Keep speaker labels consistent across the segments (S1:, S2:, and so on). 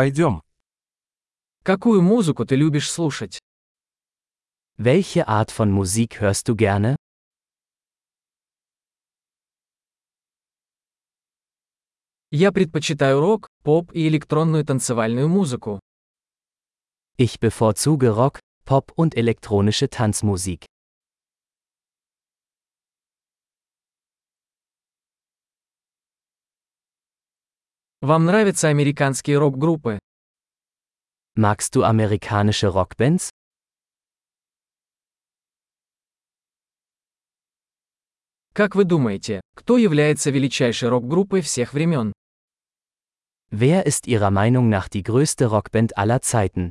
S1: Пойдем.
S2: Какую музыку ты любишь слушать?
S3: Welche Art von Musik hörst du gerne?
S2: Я предпочитаю рок, поп и электронную танцевальную музыку.
S3: Ich bevorzuge Rock, Pop und elektronische Tanzmusik.
S2: Вам нравятся американские рок-группы?
S3: Magst du amerikanische Rockbands?
S2: Как вы думаете, кто является величайшей рок-группой всех времен?
S3: Wer ist Ihrer Meinung nach die größte Rockband aller Zeiten?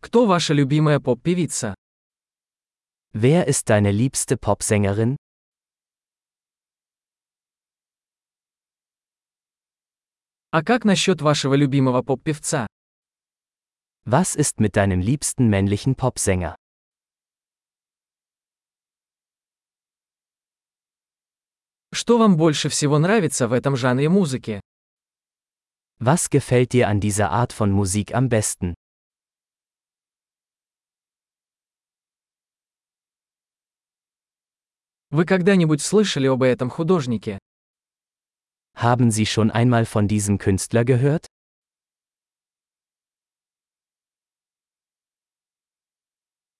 S2: Кто ваша любимая поп-певица?
S3: Wer ist deine liebste Popsängerin?
S2: А как насчет вашего любимого поп-певца?
S3: Was ist mit deinem liebsten männlichen Popsänger?
S2: Что вам больше всего нравится в этом жанре музыки?
S3: Was gefällt dir an dieser Art von Musik am besten?
S2: Вы когда-нибудь слышали об этом художнике?
S3: Haben Sie schon einmal von diesem Künstler gehört?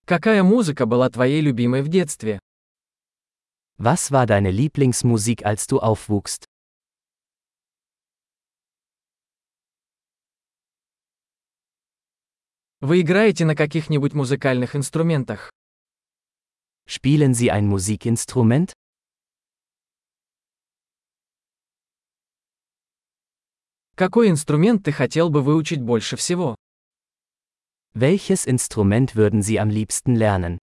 S2: Какая музыка была твоей любимой в детстве?
S3: Was war deine Lieblingsmusik, als du aufwuchst?
S2: Вы играете на каких-нибудь музыкальных инструментах?
S3: Spielen Sie ein Musikinstrument?
S2: Какой инструмент ты хотел бы выучить больше всего?
S3: Welches Instrument würden Sie am liebsten lernen?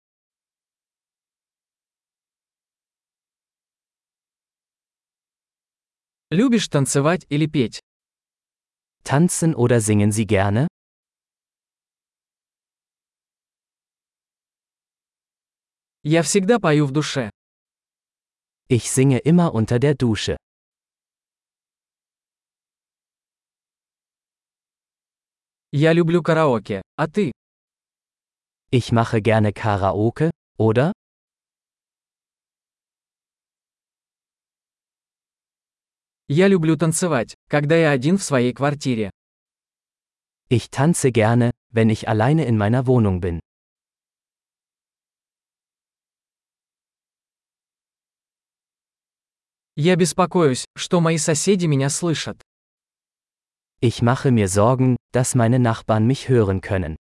S2: Любишь танцевать или петь?
S3: Tanzen oder singen Sie gerne?
S2: Я всегда пою в душе.
S3: Ich singe immer unter der Dusche.
S2: Я люблю караоке. А ты?
S3: Ich mache gerne Karaoke, oder?
S2: Я люблю танцевать, когда я один в своей квартире.
S3: Ich tanze gerne, wenn ich alleine in meiner Wohnung bin.
S2: Я беспокоюсь, что мои соседи меня слышат.
S3: Ich mache mir Sorgen, dass meine Nachbarn mich hören können.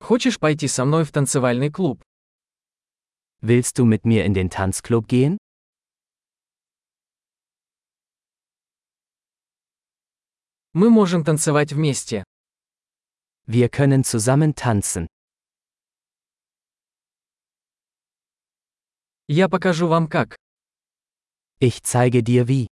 S2: Хочешь пойти со мной в танцевальный клуб?
S3: Willst du mit mir in den Tanzclub gehen?
S2: Мы можем танцевать вместе.
S3: Wir können zusammen tanzen.
S2: Я покажу вам как.
S3: Ich zeige dir wie.